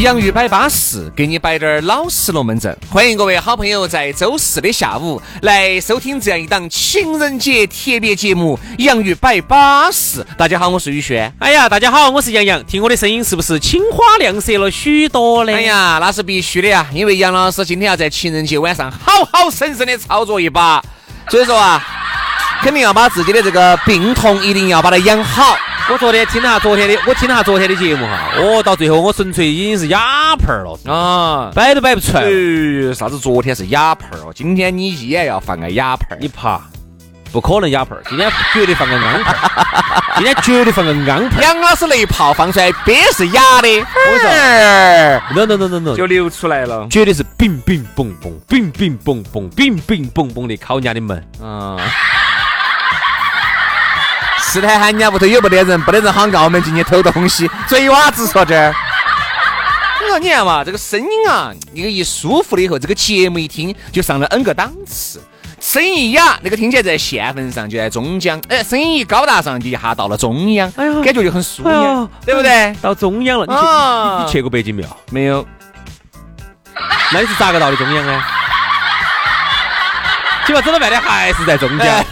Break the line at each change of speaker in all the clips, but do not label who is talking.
洋芋摆巴适，给你摆点儿老实龙门阵。欢迎各位好朋友在周四的下午来收听这样一档情人节特别节目《洋芋摆巴适》。大家好，我是宇轩。
哎呀，大家好，我是杨洋。听我的声音是不是青花亮色了许多呢？
哎，呀，那是必须的呀，因为杨老师今天要在情人节晚上好好生生的操作一把，所以说啊，肯定要把自己的这个病痛一定要把它养好。
我昨天听了下昨天的，我听了下昨天的节目哈，哦，到最后我纯粹已经是哑炮儿了，
啊，
摆都摆不出来了。
哎，啥子？昨天是哑炮儿哦，今天你依然要放个哑炮儿。
你怕？不可能哑炮儿，今天绝对放个昂炮儿，今天绝对放个昂炮儿。
杨老师那一炮放出来，憋是哑的，我说。
no no no no no，
就流出来了。
绝对是冰冰蹦蹦，冰冰蹦蹦，冰冰蹦蹦的敲人家的门。
嗯。试探下人家屋头有没得人，没得人喊澳门进去偷东西，嘴娃子说这儿。你说你看嘛，这个声音啊，你一舒服了以后，这个节目一听就上了 N 个档次。声音一哑，那个听起来在县份上，就在中江；哎，声音一高大上，就一下到了中央，
哎呀
感觉就很舒
哎
压
呀，
对不对？
到中央了，你去、
啊
你你去过北京没有？
没有，
那你是咋个到的中央呢？结果整了半天还是在中间
哎。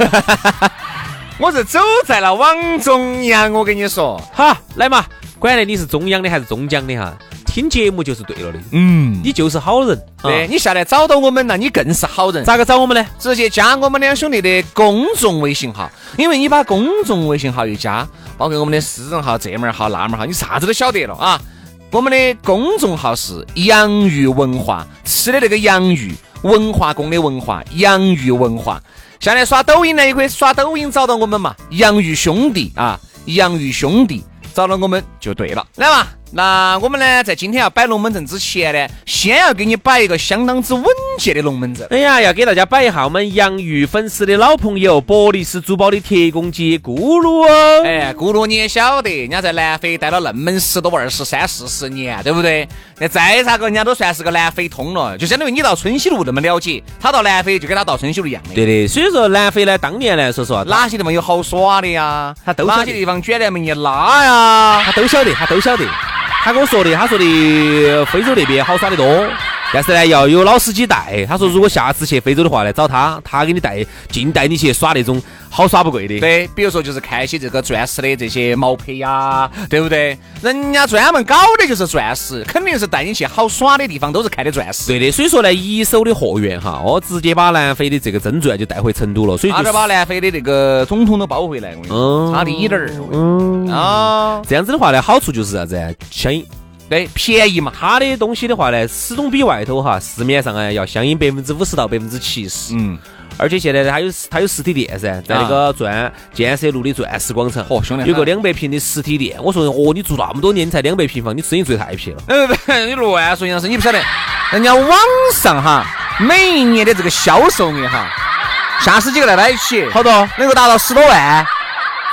我是走在了往中央。我跟你说，
好，来嘛，管得你是中央的还是中江的哈，听节目就是对了的，
嗯，
你就是好人。
对
啊，
你下来找到我们，那你更是好人。
咋个找我们呢？
直接加我们两兄弟的公众微信号，因为你把公众微信号一加，包括我们的私人号这门儿号那门儿号，你啥子都晓得了啊。我们的公众号是洋芋文化，吃的那个洋芋，文化宫的文化，洋芋文化。下来刷抖音呢，也可以刷抖音找到我们嘛，洋芋兄弟啊，洋芋兄弟。找到我们就对了，来嘛。那我们呢，在今天要摆龙门阵之前呢，先要给你摆一个相当之稳健的龙门阵。
哎呀，要给大家摆一下我们洋芋粉丝的老朋友伯利斯珠宝的铁公鸡咕噜 哦。
哎，咕噜你也晓得，人家在南非待了那么十多二十三四十年，对不对？那再咋个，人家都算是个南非通了，就相当于你到春熙路那么了解，他到南非就跟他到春熙路一样的。
对的，所以说南非呢，当年来说实话，
哪些地方有好耍的呀？
他都晓
哪
得
些地方卷帘门一拉呀？
他都晓得，他都晓得。他跟我说的，他说的非洲那边好耍得多，但是呢要有老司机带。他说如果下次去非洲的话呢，找他，他给你带，尽带你去耍那种好耍不贵的。
对，比如说就是看一些这个钻石的这些毛坯呀，对不对？人家专门搞的就是钻石，肯定是带你去好耍的地方都是看的钻石。
对的，所以说呢，一手的货源哈，哦，直接把南非的这个珍钻就带回成都了，所以
差
就
点把南非的那个总统都包回来，我跟你说，
嗯
差滴点儿。
嗯
啊，
这样子的话呢，好处就是啥子啊？相应
对，哎便宜嘛。
它的东西的话呢，始终比外头哈市面上啊要相应百分之五十到百分之七十。
嗯，
而且现在呢它有它有实体店噻，在那个钻建设路的钻石广场，
嚯哦兄弟
有个两百平的实体店。我说哦，你住那么多年才两百平方，你生意做太撇了。
哎不不，你乱说，杨老师，你不晓得，人家网上哈，每一年的这个销售额哈，下十几个来在一起，
好多，
能够达到十多万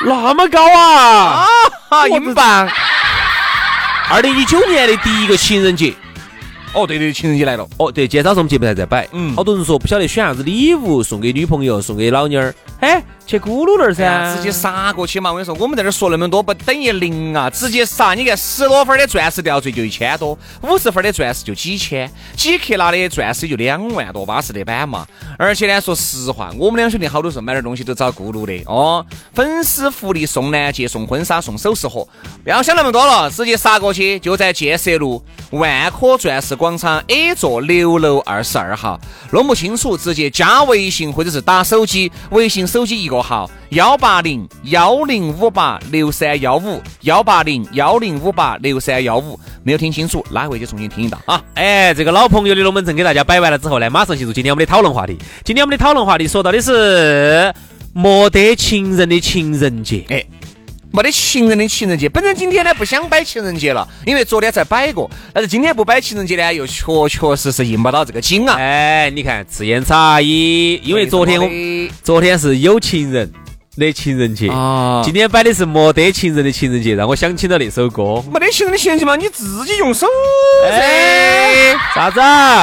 那么高啊！
啊，
我
英镑。
二零一九年的第一个情人节，
哦，对对，情人节来了，
哦，对，今天早上我们节目还在摆，
嗯
好多人说不晓得选啥子礼物送给女朋友，送给老妞儿，哎，去咕噜那儿噻，
直接啊杀过去嘛！我跟你说，我们在这儿说那么多，不等于零啊！直接杀，你看十多分的钻石吊坠就一千多，五十分的钻石就几千，几克拉的钻石就两万多巴适的板嘛！而且呢，说实话，我们两兄弟好多时候买点东西都找咕噜的哦。粉丝福利送钻戒、送婚纱、送首饰盒，不要想那么多了，直接杀过去，就在建设路万科钻石广场 A 座六楼二十二号。弄不清楚，直接加微信或者是打手机，微信手机一个个号：幺八零幺零五八六三幺五，幺八零幺零五八六三幺五。没有听清楚，拉回去重新听一道啊。
哎，这个老朋友的龙门阵给大家摆完了之后呢，马上进入今天我们的讨论话题。今天我们的讨论话题说到的是没得情人的情人节。
哎，没得情人的情人节，本身今天呢不想摆情人节了，因为昨天才摆过，但是今天不摆情人节呢，又确确实实应不到这个景啊。
哎，你看自言差异，因为 昨天我
哎
昨天是有情人的情人节，
啊，
今天摆的是没得情人的情人节，让我想起了那首歌。
没得情人的情人节嘛，你自己用手噻
哎。，啥子？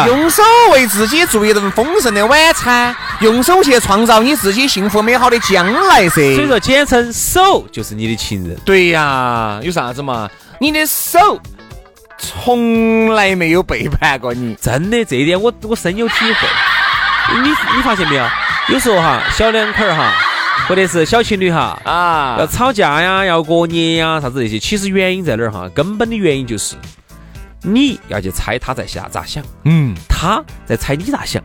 用手为自己做一顿丰盛的晚餐，用手去创造你自己幸福美好的将来噻。
所以说，简称手就是你的情人。
对呀、有啥子嘛？你的手从来没有背叛过你。
真的，这一点我我深有体会。你你发现没有？有时候哈，小两口儿哈，或者是小情侣哈，
啊
要吵架呀，要过年呀，啥子那些，其实原因在哪儿哈？根本的原因就是你要去猜他在下咋想，
嗯，
他在猜你咋想，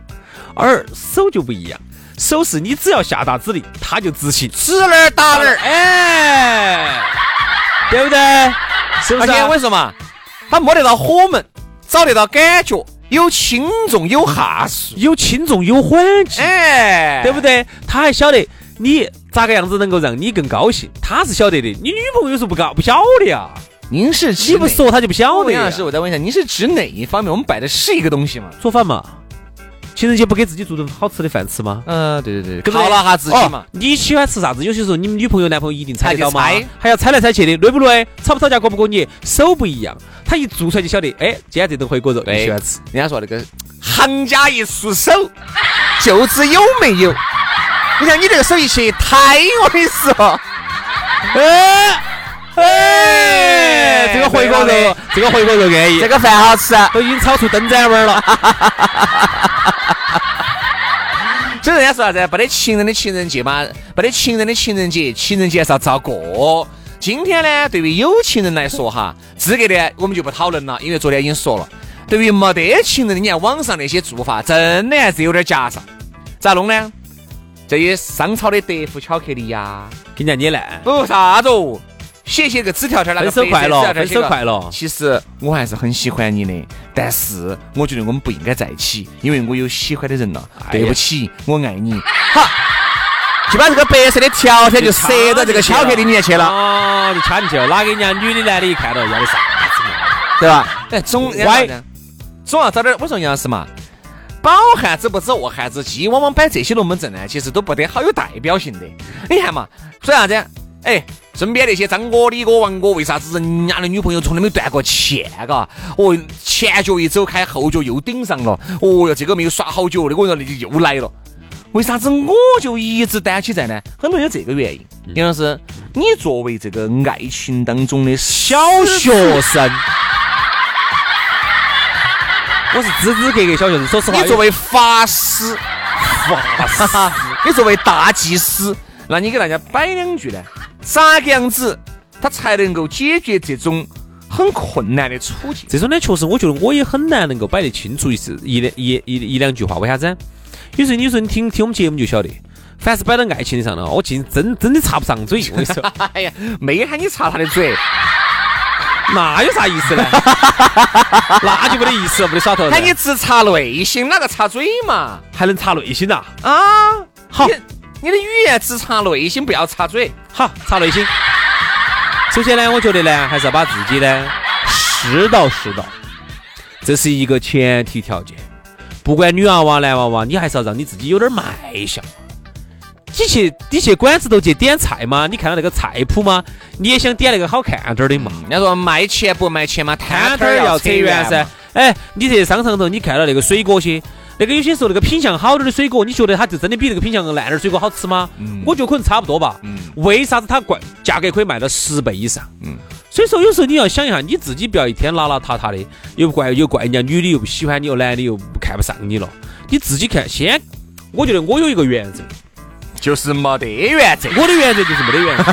而手就不一样，手是你只要下达指令，他就执行，
指哪儿打
打
哪
哪儿
儿。
哎，对不对？是不
而
是
且
啊、
我跟你说嘛，他摸得到火门，找得到感觉，有轻重，有下数。
有轻重有缓急。
哎，
对不对？他还晓得你咋个样子能够让你更高兴，他是晓得的。你女朋友有时候不搞不晓得呀，
您是指
你不
哪
说他就不晓得
杨
呀
老。师，我再问一下，啊您是指哪一方面？我们摆的是一个东西吗？
做饭嘛，情人节不给自己做顿好吃的饭吃吗？
嗯，对对
对不对
犒劳下自己嘛
哦。你喜欢吃啥子？有些时候你们女朋友、男朋友一定猜得到吗
还得猜？
还要猜来猜去的，累不累？吵不吵架？过不过你？手不一样，他一做出来就晓得。哎，今天这顿回锅肉你
对
喜欢吃，
人哦家说那个行家一出 手，就知有没有。你看你这个手一去抬，我跟你说，
哎哎，这个回锅
对
肉
了，
这个回锅肉哎安逸
这，个饭好吃。啊
都已经炒出灯盏味 儿了。
所以人家说啥子？不得情人的情人节嘛，不得情人的情人节，情人节是要照过。今天呢，对于有情人来说哈， 资格呢我们就不讨论了，因为昨天已经说了。对于没得情人，你看网上那些做法，真的还是有点夹上。咋弄呢？这些商超的德芙巧克力呀、
给人家捏烂。
不啥子哦，写写个纸条条，那个
分手
白色
哎快乐
纸条，条
分
写个
手快乐。
其实我还是很喜欢你的，但是我觉得我们不应该在一起，因为我有喜欢的人了。
哎呀
对不起，我爱你。好，就把这个白色的条条就塞到这个巧克力里面去了，
哦，就掐进去了，哪个人家女的男的一看到哎要的啥子嘛？
对吧？ 哎，总
歪
总要找点。我说杨老师嘛，饱汉子不知饿汉子饥，往往摆这些龙门阵呢，其实都不得好有代表性的。你看嘛，说啥子？哎，身边那些张哥、李哥、王哥，为啥子人家的女朋友从来没断过线？嘎，哦，前脚一走开，后脚又顶上了。哦哟，这个没有耍好久，那个人又来了。为啥子我就一直单起在呢？很多人有这个原因。杨老师，你作为这个爱情当中的小
学生，我是支支格格小学生。说实话，
你作为法师， 法师，你作为大祭司，那你给大家摆两句呢？咋个样子，他才能够解决这种很困难的处境？
这种呢，确实我觉得我也很难能够摆得清楚一次一两一一一两句话，为啥子？有时候你说你听听我们节目就晓得，凡是摆到爱情上了，我竟真真的插不上嘴。我跟你说，
哎呀，没喊你插他的嘴，
那有啥意思呢？ 那就没得意思了，没得耍头了。
喊你只插内心，哪个插嘴嘛？
还能插内心呐？
啊，
好
你你的语言只插内心，不要插嘴。
好，查内心。首先呢，我觉得呢，还是要把自己呢拾到拾到，这是一个前提条件。不管女娃娃、男娃娃，你还是要让你自己有点卖相。你去你去馆子头去点菜吗？你看到那个菜谱吗？你也想点那个好看点儿的嘛？
嗯人家说卖钱不卖钱嘛，
摊
摊摊
摊
儿
儿要扯
扯
远噻
嘛。。
哎，你这商场头你看到那个水果些，那个有些时候那个品相好点儿的水果，你觉得它就真的比那个品相烂点儿水果好吃吗？
嗯
我觉得可能差不多吧。为啥子它贵，价格可以卖到十倍以上？所以说有时候你要想一下，你自己不要一天邋邋遢遢的，又怪又怪人家女的又不喜欢你，又男的又不看不上你了。你自己看，先，我觉得我有一个原则，
就是没得原则。
我的原则就是没得原则。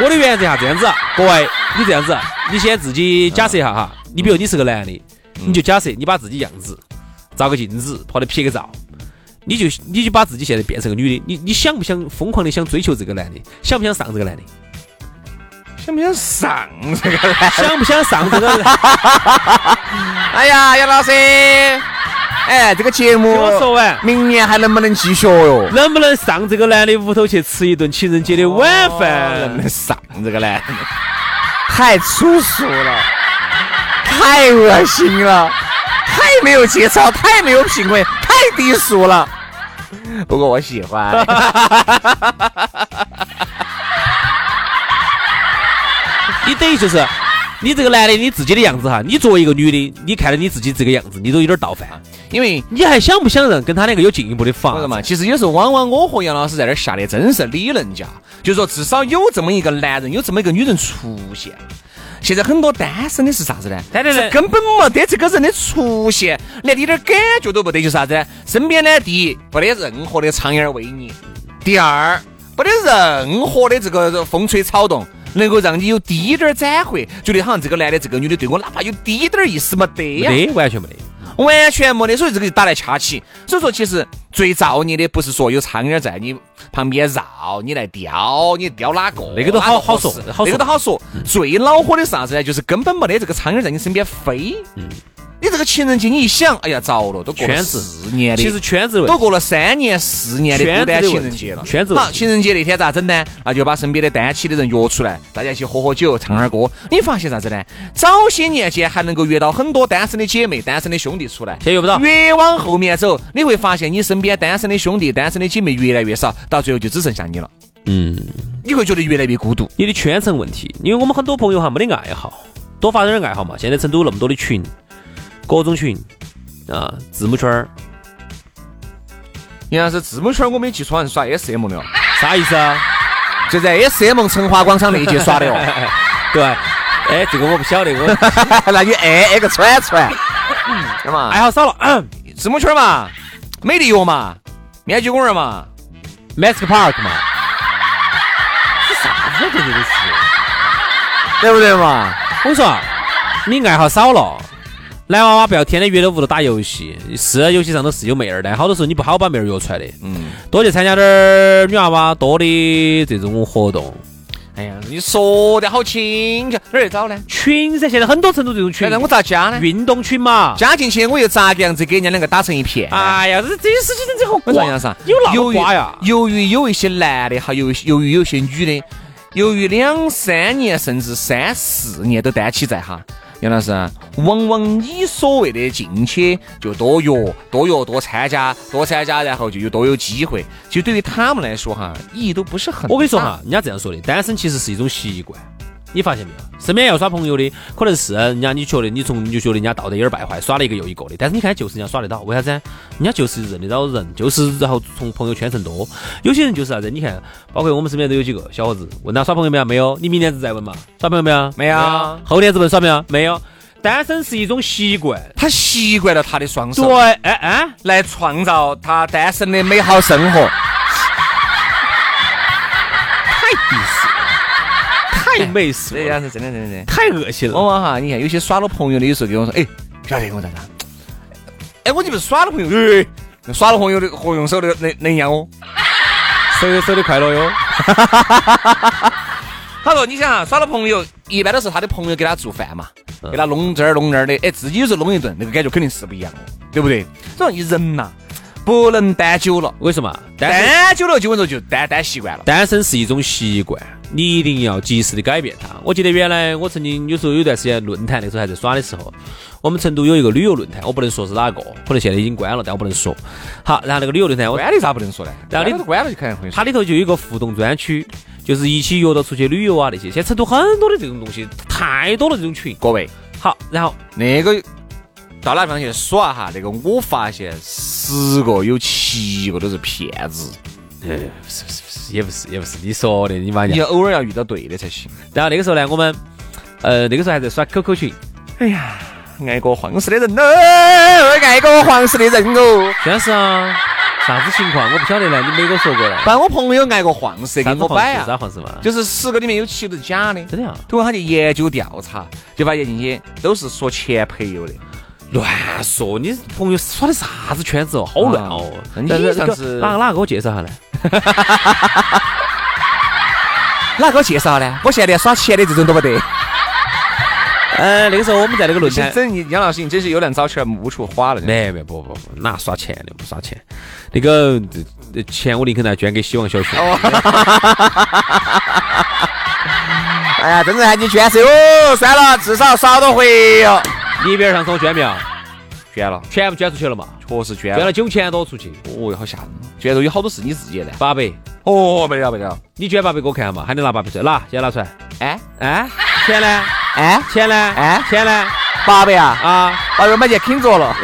我的原则哈，这样子啊，各位，你这样子啊，你先自己假设一下哈，你比如你是个男的，你就假设你把自己样子照个镜子，跑来拍个照，你就你就把自己现在变成个女的，你你想不想疯狂的想追求这个男的？想不想上这个男的？
想不想上这个？
想不想上这个男的？
哎呀，杨老师，哎，这个节目
听我说完，
明年还能不能继续哟？
能不能上这个男的屋头去吃一顿情人节的晚饭？
能不能哦上这个呢？太粗俗了，太恶心了，太没有节操，太没有品味，太低俗了。不过我喜欢。
你等于就是你这个男的你自己的样子哈，你作为一个女的，你看到你自己这个样子，你都有点倒饭，
因为
你还想不想让跟他两个有进一步的发
我说
展？
嘛，其实有时候往往我和杨老师在那儿下的真是理论架，就是说至少有这么一个男人，有这么一个女人出现。现在很多单身的是啥子呢？
单身的
是根本没得这个人的出现，连一点感觉都没得，就是啥子呢？身边呢，第一没得任何的苍蝇儿喂你，第二没得任何的这个风吹草动。能够让你有滴点儿斩获，觉得好像这个男的、这个女的对我哪怕有滴点儿意思没得呀，
没得，完全没得。
完全没得，所以这个就打来掐起。所以说，其实最造孽的不是说有苍蝇在你旁边绕，你来叼，你叼哪个，
那个都好
哪合
好说
适
好说
那个都好说。最恼火的是啥子呢？就是根本没得这个苍蝇在你身边飞。
嗯
你这个情人节，你一想，哎呀，糟了，都过了
圈子
四年的，
其实圈子问题
都过了三年、四年的孤单情人节了。
圈子问题圈子问题
好，情人节那天咋整呢？那就把身边的单起的人约出来，大家一起喝喝酒，唱哈儿歌。你发现啥子呢？早些年间还能够约到很多单身的姐妹、单身的兄弟出来，
现在约不到
越往后面走，你会发现你身边单身的兄弟、单身的姐妹越来越少，到最后就只剩下你了。
嗯，
你会觉得越来越孤独。
你的圈层问题，因为我们很多朋友哈没得爱好，多发展点爱好嘛。现在成都那么多的群，各种群啊，字母圈儿，
原来是字母圈，我没记错，好像耍 SM 的哦，
啥意思啊？
就在 SM 成华广场那一节耍的哦。
对，哎，这个我不晓得，我
那你哎哎个串串，干嘛？
爱好少了。嗯
字母圈嘛，美丽乐嘛，面具公园嘛，
Mask Park 嘛，这啥子啊这个是？
对不对嘛？
我跟你说啊，你爱好少了，男娃娃不要天天约到屋头打游戏，是游戏上头是有妹儿的，好多时候你不好把妹儿约出来的，
嗯，
多去参加点儿女娃娃多的这种活动。
哎呀，你说的好轻巧，哪儿去找呢？哎
群噻，现在很多成都这种群
那，我咋加呢？
运动群嘛。
加进去我又咋个样子给人家两个打成一片？啊，
哎呀，这这些事情真是好
我
瓜
说杨啥？
有那么瓜呀？
由于有一些男的，还有由于有些女的，由于两三年甚至三四年都单起在哈。杨老师，往往你所谓的进去就多约、多约、多参加、多参加，然后就有多有机会。其实对于他们来说哈，意义都不是 很大。
我跟你说哈，人家这样说的，单身其实是一种习惯。你发现没有？身边要耍朋友的，可能是人家你觉得你从你就觉得人家道德有点败坏，耍了一个又一个的。但是你看，就是人家耍得到，为啥子呢？啊人家就是认得到人，就是然后从朋友圈层多。有些人就是啥子？你看，包括我们身边都有几个小伙子，问他耍朋友没有？没有。你明天子再问嘛？耍朋友没有？
没有
后天子问耍没有？没有。单身是一种习惯。
他习惯了他的双
对
手，，
哎哎，
来创造他单身的美好生活。
太低俗了，太没死
这
了，
样是哦真的，真的，真的。
太恶心了
往。往哈，你看有些耍了朋友的，有时候跟我说，哎，晓得我咋咋？哎，我你不是耍了朋友？哎，耍了朋友的和用手的能能一样哦。
手有手的快乐哟。
他说，你想啊，耍了朋友，一般都是他的朋友给他做饭嘛，给他弄这儿弄那儿的，哎，自己有时候弄一顿，那个感觉肯定是不一样的，对不对？所以人呐、不能单久了，
为什么？单身
单久了就我跟你说就单单习惯了。
单身是一种习惯，你一定要及时的改变它。我记得原来我曾经有时候有段时间论坛那时候还在耍的时候，我们成都有一个旅游论坛，我不能说是哪个，可能现在已经关了，但我不能说。好，然后那个旅游论坛，我
关了咋不能说呢？
然后你
关了关了就肯定 会说。
它里头就有一个互动专区，就是一起约到出去旅游啊那些。现在成都很多的这种东西，太多了这种群。
各位，
好，然后
那个到哪地方去耍哈？那个我发现十个有七个都是骗子，
也不是也不是你说的，你妈
你
呀！
要偶尔要遇到对的才行。
然后那个时候呢，我们呃那个时候还在耍 QQ 群，
哎呀，爱过黄色的人哦，爱过黄色的人哦。
但是啊，啥子情况我不晓得呢，你没给我说过呢。
反正我朋友爱过黄色，给
啥子
我摆
啥
啊，
黄色嘛？
就是十个里面有七个是假的。
真的啊？
通过他去研究调查，就发现这些都是说前朋友的，
乱说，你朋友耍的啥子圈子哦？好乱哦
啊！你
但是
上次
哪个哪个给我介绍下呢？
哪个介绍呢？我现在连耍钱的这种都 没得。
呃，那个时候我们在那个论坛
真，真，杨老师，你真是有点早钱无处花了。
没没不不不，哪耍钱的不耍钱，那个呃钱我宁肯拿捐给希望小
哦
学。
哎呀，真是喊你捐是哦，算了，至少少多回哟。
你一边上跟我捐没有？
捐了，
全部捐出去了嘛？
确实捐
捐
了
了。九千多出去，
哦哟，好吓人！捐了有好多是你自己的。
八百。
哦，没得了，没得了。
你捐八百给我看下嘛，喊你拿八百出来，拿，现在拿出来。
哎
哎，钱呢？
哎，
钱呢？
哎
钱呢？
八百啊，
啊，
八百买件 King 着了。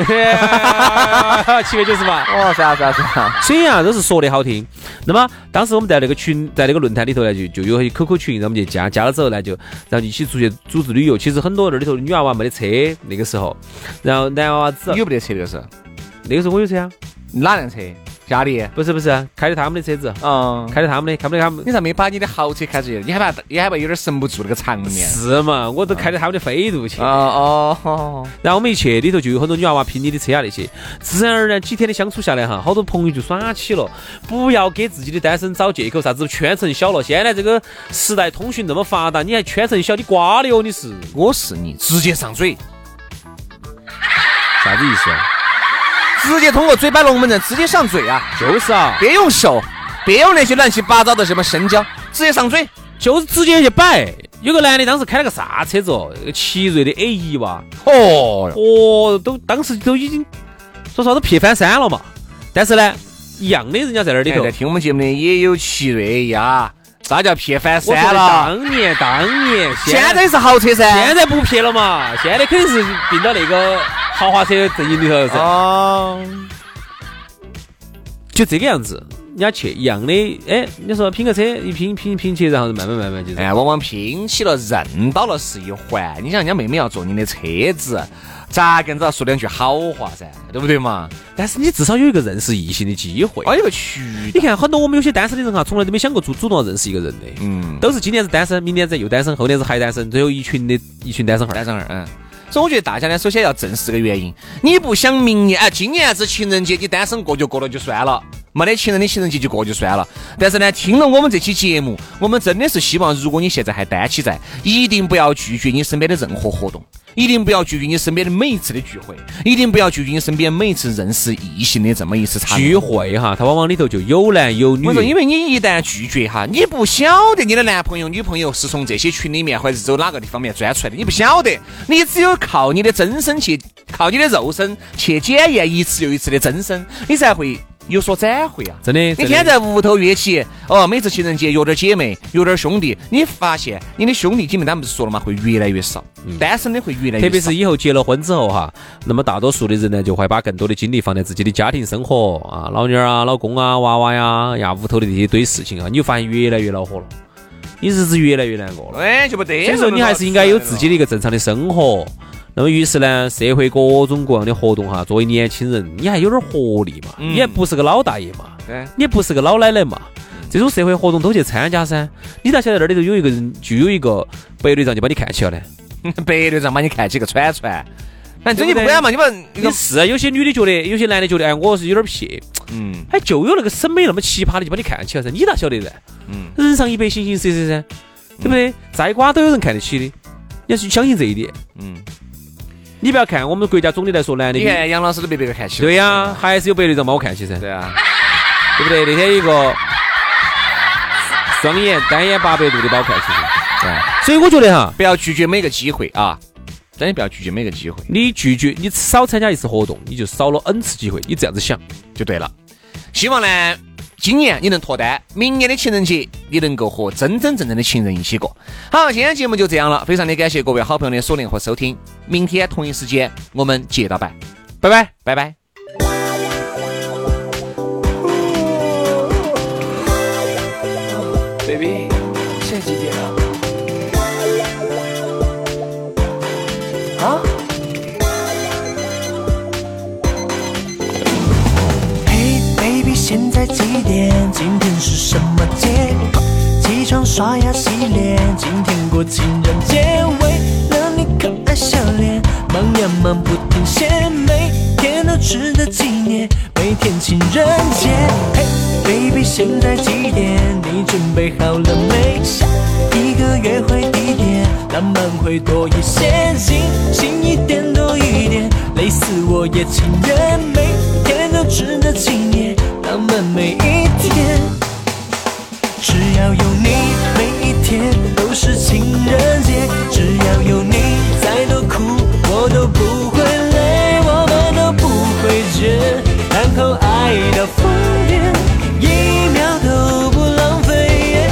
七百九十八。
哦，算了算了算 了。
虽然啊都是说的好听，那么当时我们在那个群，在那个论坛里头呢，就就有一些 QQ 群，然后我们就加，加了之后呢，就然后一起出去组织旅游。其实很多那里头的女娃娃没得车，那个时候，然后男娃娃子，
有没得车那个是？
那个时候我有车啊，
哪辆车？家里。
不是不是，开的他们的车子，
嗯。
开的他们的，开不得他们。
你咋没把你的豪车开出去？你害怕，你害怕有点神不住那个场面。
是嘛？我都开着他们的飞度去，
哦哦，
然后我们一去里头就有很多女娃娃拼你的车啊那些，自然而然几天的相处下来哈，好多朋友就耍起了。不要给自己的单身找借口，啥子圈层小了。现在这个时代通讯那么发达，你还圈层小，你瓜的哦，你是
我是你，直接上嘴，
啥子意思？
啊直接通过嘴摆龙门阵，直接上嘴啊！
就是啊，
别用手，别用那些乱七八糟的什么神交，直接上嘴。
就是直接去摆。有个男的当时开了个啥车子哦？那个奇瑞的 A 一哇，
哦，
哦，都当时都已经说啥都撇翻山了嘛。但是呢，一样的人家在那儿里头
哎在，听我们节目的也有奇瑞呀，啥叫撇翻
我说
山
的
了？
当年当年，
现在也是豪车噻。
现在不撇了嘛，现在肯定是并到那个豪华车阵营里头噻，
哦，
就这个样子。人家去一样的，哎，你说拼个车一拼拼一拼起，然后慢慢慢慢就是。
哎，往往拼起了认到了是一环。你想，人家妹妹要坐你的车子，咋个子要说两句好话噻，对不对嘛？
但是你至少有一个认识异性的机会。
哎呦我去！
你看很多我们有些单身的人哈，从来都没想过主主动认识一个人的，
嗯，
都是今年是单身，明年子又单身，后年子还单身，最后一群的一群单身汉儿。
单身二，嗯。所以我觉得大家呢，首先要正视这个原因。你不想明年，哎，今年子情人节你单身过就过了就算了，没得情人的情人节就过就算了。但是呢，听了我们这期节目，我们真的是希望，如果你现在还单起在，一定不要拒绝你身边的任何活动，一定不要拒绝你身边的每一次的聚会，一定不要拒绝你身边每一次认识异性的这么一次场合
聚会哈，它往往里头就有男有女
我。说，因为你一旦拒绝哈，你不晓得你的男朋友、女朋友是从这些群里面或者是走哪个地方面钻出来的，你不晓得，你只有靠你的真身去，靠你的肉身去检验一次又一次的真身，你才会有所斩获啊！
真的
你
真的
天天在屋头约起，哦，每次情人节约点姐妹，约点兄弟，你发现你的兄弟姐妹，他们不是说了吗？会越来越少，单身的会越来越少，
嗯特别是以后结了婚之后哈，那么大多数的人呢，就会把更多的精力放在自己的家庭生活啊，老娘儿啊、老公啊、娃娃呀、呀屋头的这一堆事情啊，你就发现越来越恼火了，你日子越来越难过了。
哎，就不得。
所以说，你还是应该有自己的一个正常的生活。那么，于是呢，社会各种各样的活动哈，作为年轻人，你还有点活力嘛，
嗯
你还不是个老大爷嘛，
对。
你也不是个老奶奶嘛，这种社会活动都去参加噻。你咋晓得那里头有一个人，就有一个白队长就把你看起了呢？
白队长把你看起个串串，反正你不
对不对
管嘛，你把你
你
个
是啊有些女的觉得，有些男的觉得，哎，我是有点撇，
嗯。
哎，就有那个审美那么奇葩的，就把你看起来噻，你咋晓得噻？
嗯，
人上一百，形形色色噻，对不对？再瓜都有人看得起的，你要去相信这一点。
嗯，
你不要看我们国家总体来说，男的
你
比
看杨老师都被别个看起了。
对呀、还是有白内障把我看起噻，
对啊，
对不对？那天有一个双眼单眼八百度的把我看起噻，
对啊，
所以我觉得哈，
不要拒绝每个机会啊，真的不要拒绝每个机会
你拒绝你少参加一次活动，你就少了 n 次机会，你这样子想。
就对了。希望呢，今年你能脱单，明年的情人节你能够和真真正正的情人一起过。好，今天节目就这样了，非常的感谢各位好朋友的锁定和收听，明天同一时间我们接到拜，拜拜，拜拜。
baby，现在几点了？啊？嘿，baby，现在几点？今天是什么节？起床刷牙洗脸，今天过情人节，为了你。可爱笑脸，忙呀忙不停歇，每天都值得纪念，每天情人节。嘿，baby，现在几点？你准备好了没？下一个约会地点，浪漫会多一些，尽情一点多一点，累死我也情愿，每天都值得纪念，浪漫每一天。只要有你，每一天都是情人节。只要有你，再多苦我都不会累，我们都不会倦，然后爱到疯癫，一秒都不浪费。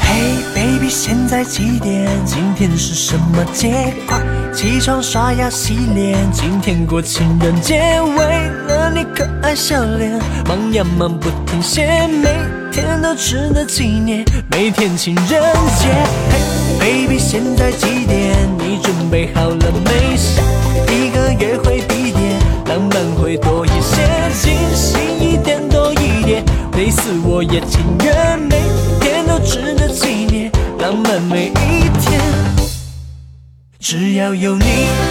嘿，baby，现在几点？今天是什么节？快起床刷牙洗脸，今天过情人节。为了你可爱笑脸，忙呀忙不停歇，每天都值得纪念，每天情人节。嘿，baby，现在几点？你准备好了没？下一个约会地点，浪漫会多一些，尽情一点多一点，累死我也情愿。每天都值得纪念，浪漫每一天。只要有你，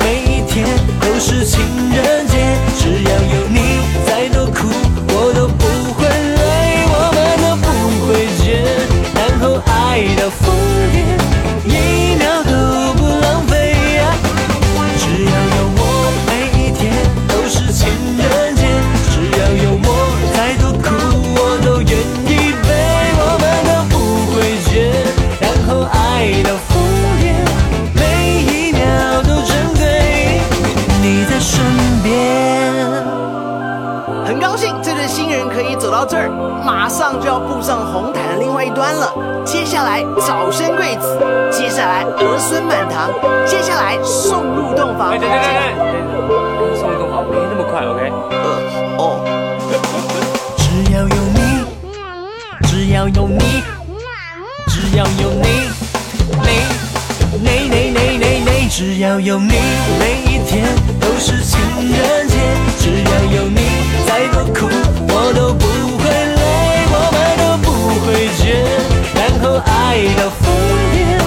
每一天都是情人节。只要有你，再多苦我都不会累，我们都不会倦，然后爱到疯癫，一秒都不浪费、啊只要有我，每一天都是情人节。只要有我，再多苦我都愿意背，我们都不会倦，然后爱到疯癫，每一秒都珍贵。你在身边。
很高兴这对新人可以走到这儿，马上就要步上红毯的另外一端了。接下来早生贵子，接下来儿孙满堂，接下来送入洞房。
对对对对，送一栋房没那么快，OK。
只要有你，只要有你，只要有你，你你你你你你，只要有你，每一天都是情人节。只要有你，再多苦我都不会累，我们都不会倦，然后爱到疯癫。